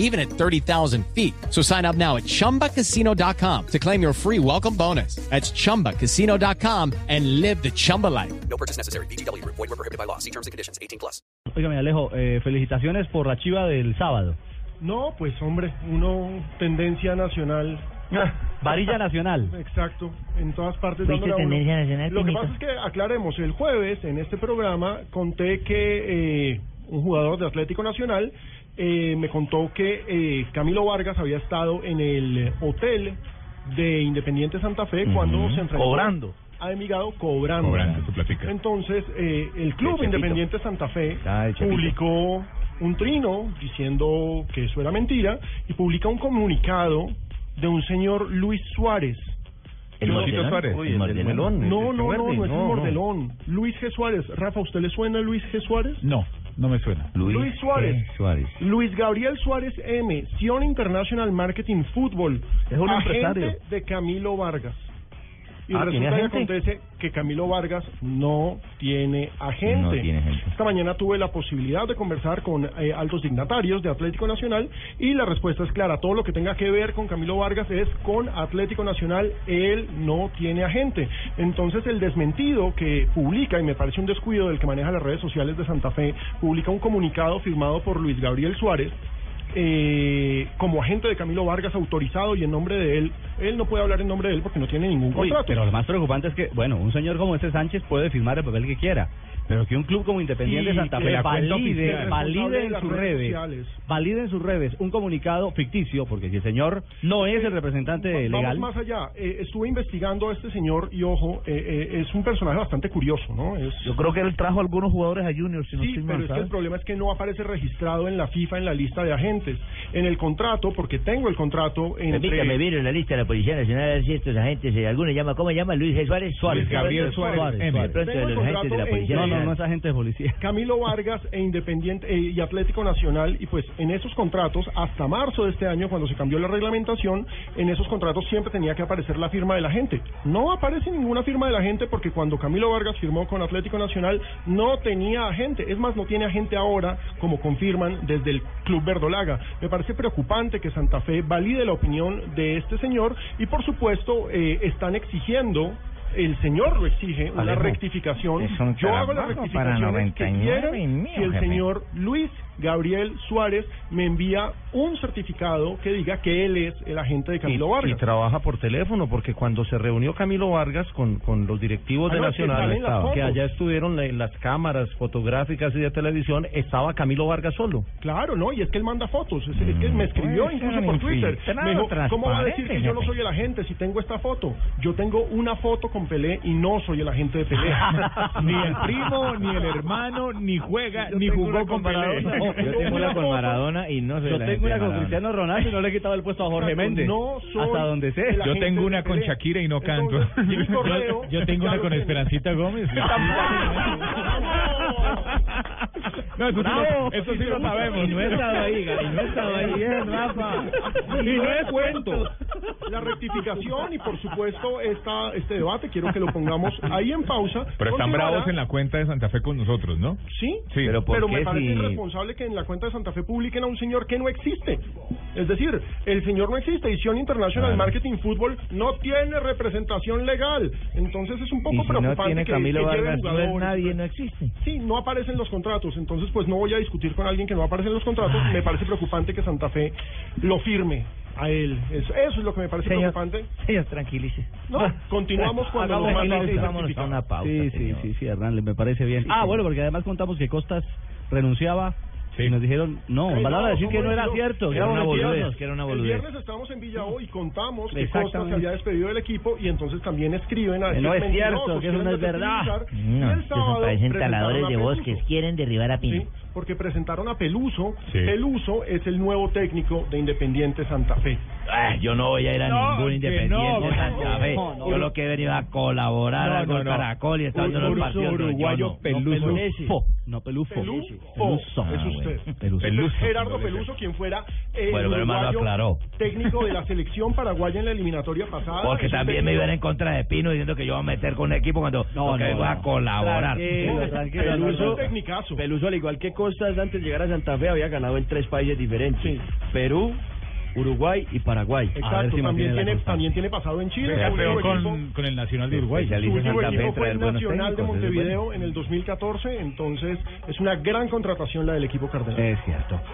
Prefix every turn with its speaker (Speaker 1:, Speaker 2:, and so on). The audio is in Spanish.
Speaker 1: even at 30,000 feet. So sign up now at ChumbaCasino.com to claim your free welcome bonus. That's ChumbaCasino.com and live the Chumba life.
Speaker 2: No purchase necessary. BGW. Void were prohibited by law. See terms and conditions. 18 plus.
Speaker 3: Óigame, Alejo, eh, felicitaciones por la chiva del sábado.
Speaker 4: No, pues hombre, uno tendencia nacional.
Speaker 3: Varilla Nacional.
Speaker 4: Exacto, en todas partes.
Speaker 5: Fuiste
Speaker 4: dándole a uno.
Speaker 5: tendencia nacional,
Speaker 4: Lo que
Speaker 5: Pinito.
Speaker 4: pasa es que aclaremos, el jueves en este programa conté que eh, un jugador de Atlético Nacional eh, me contó que eh, Camilo Vargas había estado en el hotel de Independiente Santa Fe cuando se enfrentó
Speaker 3: cobrando.
Speaker 4: a Envigado cobrando.
Speaker 6: Cobrando, tú platicas.
Speaker 4: Entonces, eh, el Club
Speaker 3: Chepito.
Speaker 4: Independiente Santa Fe
Speaker 3: Ah, el Chepito.
Speaker 4: publicó un trino diciendo que eso era mentira y publica un comunicado de un señor Luis Suárez.
Speaker 6: ¿El Morcito Suárez?
Speaker 3: Uy, el del melón.
Speaker 4: No, no, no, no es un
Speaker 3: no.
Speaker 4: mordelón. Luis G. Suárez. Rafa, ¿usted le suena Luis G. Suárez?
Speaker 6: No, no me suena.
Speaker 4: Luis Suárez. Luis Gabriel Suárez M. Sion International Marketing Fútbol.
Speaker 3: Es un
Speaker 4: agente
Speaker 3: empresario.
Speaker 4: de Camilo Vargas. Y
Speaker 3: Ah, ¿tiene
Speaker 4: resulta que
Speaker 3: agente?
Speaker 4: acontece que Camilo Vargas no tiene agente.
Speaker 3: No tiene agente.
Speaker 4: Esta mañana tuve la posibilidad de conversar con eh, altos dignatarios de Atlético Nacional y la respuesta es clara. Todo lo que tenga que ver con Camilo Vargas es con Atlético Nacional. Él no tiene agente. Entonces el desmentido que publica, y me parece un descuido del que maneja las redes sociales de Santa Fe, publica un comunicado firmado por Luis Gabriel Suárez. eh, como agente de Camilo Vargas autorizado y en nombre de él, él no puede hablar en nombre de él porque no tiene ningún
Speaker 3: Uy,
Speaker 4: contrato.
Speaker 3: pero lo más preocupante es que, bueno, un señor como este Sánchez puede firmar el papel que quiera, pero que un club como Independiente
Speaker 4: Y
Speaker 3: Santa
Speaker 4: que
Speaker 3: Fe
Speaker 4: la cuenta
Speaker 3: valide,
Speaker 4: oficial.
Speaker 3: valide en
Speaker 4: Responsable de
Speaker 3: sus
Speaker 4: las redes
Speaker 3: redes,
Speaker 4: sociales.
Speaker 3: valide en sus redes un comunicado ficticio, porque si el señor no es el representante
Speaker 4: Va-
Speaker 3: legal,
Speaker 4: Vamos más allá. Eh, estuve investigando a este señor y ojo, eh, eh, es un personaje bastante curioso, ¿no? Es,
Speaker 3: creo que él trajo algunos jugadores a Junior, si
Speaker 4: sí, pero es que el problema es que no aparece registrado en la FIFA en la lista de agentes, en el contrato, porque tengo el contrato entre
Speaker 5: Permítame ver en la lista de la Policía Nacional a ver si estos agentes, eh, alguno llama, ¿cómo llama? Luis G. Suárez.
Speaker 6: Luis Gabriel Suárez M.
Speaker 5: De pronto, de
Speaker 4: Tengo el
Speaker 5: los agentes de la
Speaker 4: contrato
Speaker 5: Policía
Speaker 3: No, no,
Speaker 5: Nacional.
Speaker 3: no es agente de policía.
Speaker 4: Camilo Vargas e Independiente eh, y Atlético Nacional y pues en esos contratos hasta marzo de este año cuando se cambió la reglamentación en esos contratos siempre tenía que aparecer la firma de la gente no aparece ninguna firma de la gente porque cuando Camilo Vargas firmó con Atlético Nacional no tenía agente es más no tiene agente ahora como confirman desde el Club Verdolaga me parece preocupante que Santa Fe valide la opinión de este señor y por supuesto eh, están exigiendo el señor lo exige una
Speaker 3: Alejo,
Speaker 4: rectificación
Speaker 3: es un
Speaker 4: yo hago la
Speaker 3: trabajo
Speaker 4: rectificación
Speaker 3: para 99
Speaker 4: que
Speaker 3: y
Speaker 4: quiera
Speaker 3: mío,
Speaker 4: si el
Speaker 3: jefe.
Speaker 4: señor Luis Gabriel Suárez me envía un certificado que diga que él es el agente de Camilo Vargas.
Speaker 3: trabaja por teléfono, porque cuando se reunió Camilo Vargas con, con los directivos
Speaker 4: Ah, no, que salen las fotos.
Speaker 3: que allá estuvieron la- las cámaras fotográficas y de televisión, estaba Camilo Vargas solo.
Speaker 4: Claro, no, y es que él manda fotos, es, es que me escribió
Speaker 3: Mm, puede
Speaker 4: incluso
Speaker 3: ser
Speaker 4: por
Speaker 3: infiltrado,
Speaker 4: Twitter. Me dijo, ¿cómo va a decir que yo no
Speaker 3: transparente,
Speaker 4: soy el agente si tengo esta foto? Yo tengo una foto con Pelé y no soy el agente de Pelé.
Speaker 6: Ni el primo, ni el hermano, ni juega, ni
Speaker 4: tengo
Speaker 6: jugó
Speaker 4: una
Speaker 6: con
Speaker 4: con Pelé.
Speaker 3: Oh,
Speaker 6: Pelé.
Speaker 3: yo tengo una con Maradona y no soy Yo tengo una con Cristiano Ronaldo y no le he quitado el puesto a Jorge
Speaker 4: Exacto,
Speaker 3: Méndez.
Speaker 4: no soy
Speaker 3: Hasta donde sé.
Speaker 4: el
Speaker 6: Yo
Speaker 4: agente
Speaker 6: tengo
Speaker 4: de
Speaker 6: una con
Speaker 4: Pelé.
Speaker 6: Shakira y no canto.
Speaker 4: Entonces, Jimmy Correo, claro que-
Speaker 6: Gómez. No, eso sí,
Speaker 3: Bravo.
Speaker 6: lo- eso sí lo sabemos.
Speaker 3: Y no he estado ahí, Gary, no he estado ahí. Bien, Rafa.
Speaker 6: ¿eh, Y no es cuento.
Speaker 4: la rectificación y por supuesto esta, este debate quiero que lo pongamos ahí en pausa.
Speaker 6: Pero están
Speaker 4: Continuará-
Speaker 6: bravos en la cuenta de Santa Fe con nosotros, ¿no?
Speaker 4: Sí,
Speaker 6: Sí. Pero ¿por
Speaker 4: me
Speaker 6: qué
Speaker 4: parece
Speaker 6: si-
Speaker 4: irresponsable que en la cuenta de Santa Fe publiquen a un señor que no existe. Es decir, el señor no existe. Y Sion International Marketing Fútbol no tiene representación legal. Entonces es un poco preocupante que, que lleven jugadores.
Speaker 3: no existe.
Speaker 4: Sí, no aparecen los contratos. Entonces, pues no voy a discutir con alguien que no aparece en los contratos. Me parece preocupante que Santa Fe lo firme a él. Eso, eso es lo que me parece preocupante.
Speaker 5: Señor, tranquilice.
Speaker 4: No, continuamos cuando
Speaker 3: Hagamos
Speaker 4: nos manden
Speaker 3: pausa
Speaker 4: el
Speaker 3: y vámonos
Speaker 4: certificado.
Speaker 5: Una pausa,
Speaker 3: Sí, sí,
Speaker 5: señor.
Speaker 3: sí, sí, Hernán, le- me parece bien. Ah, bueno, porque además contamos que Costas renunciaba
Speaker 5: Y nos dijeron, no, van a
Speaker 4: no,
Speaker 5: decir que
Speaker 4: ¿cómo
Speaker 5: no era
Speaker 4: decirlo?
Speaker 5: cierto.
Speaker 3: Era una
Speaker 5: éramos
Speaker 3: boludez,
Speaker 5: idiotas.
Speaker 3: que era una
Speaker 4: El
Speaker 3: boludez.
Speaker 4: viernes estábamos en Villavo y contamos que Costa se
Speaker 5: Exactamente.
Speaker 4: había despedido del equipo y entonces también escriben a
Speaker 5: Que no
Speaker 4: decir
Speaker 5: es cierto,
Speaker 4: mentirosos,
Speaker 5: que eso no
Speaker 4: quieren
Speaker 5: es verdad.
Speaker 4: desestabilizar. Y
Speaker 3: No,
Speaker 4: el
Speaker 3: estos
Speaker 4: sábado
Speaker 3: parecen
Speaker 4: presentaron
Speaker 3: taladores
Speaker 4: a
Speaker 3: de
Speaker 4: Peluso,
Speaker 3: bosques, quieren derribar a Pino.
Speaker 4: ¿sí? Porque presentaron a Peluso.
Speaker 6: Sí.
Speaker 4: Peluso es el nuevo técnico de Independiente Santa Fe.
Speaker 3: Ah, yo no voy a ir a
Speaker 6: No,
Speaker 3: ningún
Speaker 6: que
Speaker 3: independiente
Speaker 6: no,
Speaker 3: de Santa
Speaker 6: no,
Speaker 3: Fe.
Speaker 6: no, no.
Speaker 3: yo lo que he venido a colaborar
Speaker 6: No,
Speaker 3: al
Speaker 6: no,
Speaker 3: Gol
Speaker 6: no.
Speaker 3: Caracol y está dando los
Speaker 6: Uruguayo,
Speaker 3: partidos. No, yo
Speaker 6: uruguayo,
Speaker 3: no.
Speaker 6: Peluso.
Speaker 3: No, Pelufo.
Speaker 5: Po, no pelufo.
Speaker 4: Pelufo.
Speaker 5: Peluso.
Speaker 4: Es
Speaker 3: Ah,
Speaker 4: usted.
Speaker 3: bueno.
Speaker 5: Peluso.
Speaker 4: Este es
Speaker 6: Peluso.
Speaker 4: Gerardo Peluso, quien fuera el
Speaker 3: Bueno, pero hermano,
Speaker 4: uruguayo
Speaker 3: aclaró.
Speaker 4: técnico de la selección paraguaya en la eliminatoria
Speaker 7: Ah,
Speaker 4: pasada.
Speaker 3: Porque
Speaker 4: Es un
Speaker 3: también me
Speaker 4: técnico-
Speaker 3: iban en contra de Pino diciendo que yo voy a meter con un equipo cuando
Speaker 7: No,
Speaker 3: lo que
Speaker 7: no,
Speaker 3: vengo a
Speaker 7: no.
Speaker 3: colaborar.
Speaker 7: Tranquilo, tranquilo.
Speaker 4: Peluso es un
Speaker 7: Peluso,
Speaker 4: tecnicazo.
Speaker 7: Peluso, al igual que Costas, antes de llegar a Santa Fe, había ganado en tres países diferentes. Perú, Uruguay y Paraguay.
Speaker 5: A ver
Speaker 4: Exacto,
Speaker 5: si mantiene
Speaker 4: también,
Speaker 5: la
Speaker 4: tiene,
Speaker 5: constancia.
Speaker 4: también tiene pasado en Chile.
Speaker 6: Era
Speaker 4: su
Speaker 6: peor
Speaker 4: último equipo-
Speaker 6: con, con el Nacional de Uruguay.
Speaker 3: Especialista
Speaker 4: Su
Speaker 3: en
Speaker 4: último
Speaker 3: Santa Fe
Speaker 4: equipo fue
Speaker 3: traer
Speaker 4: el
Speaker 3: buenos
Speaker 4: Nacional de
Speaker 3: técnicos, eso es bueno.
Speaker 4: Montevideo en el 2014, entonces es una gran contratación la del equipo cardenal.
Speaker 5: Es cierto.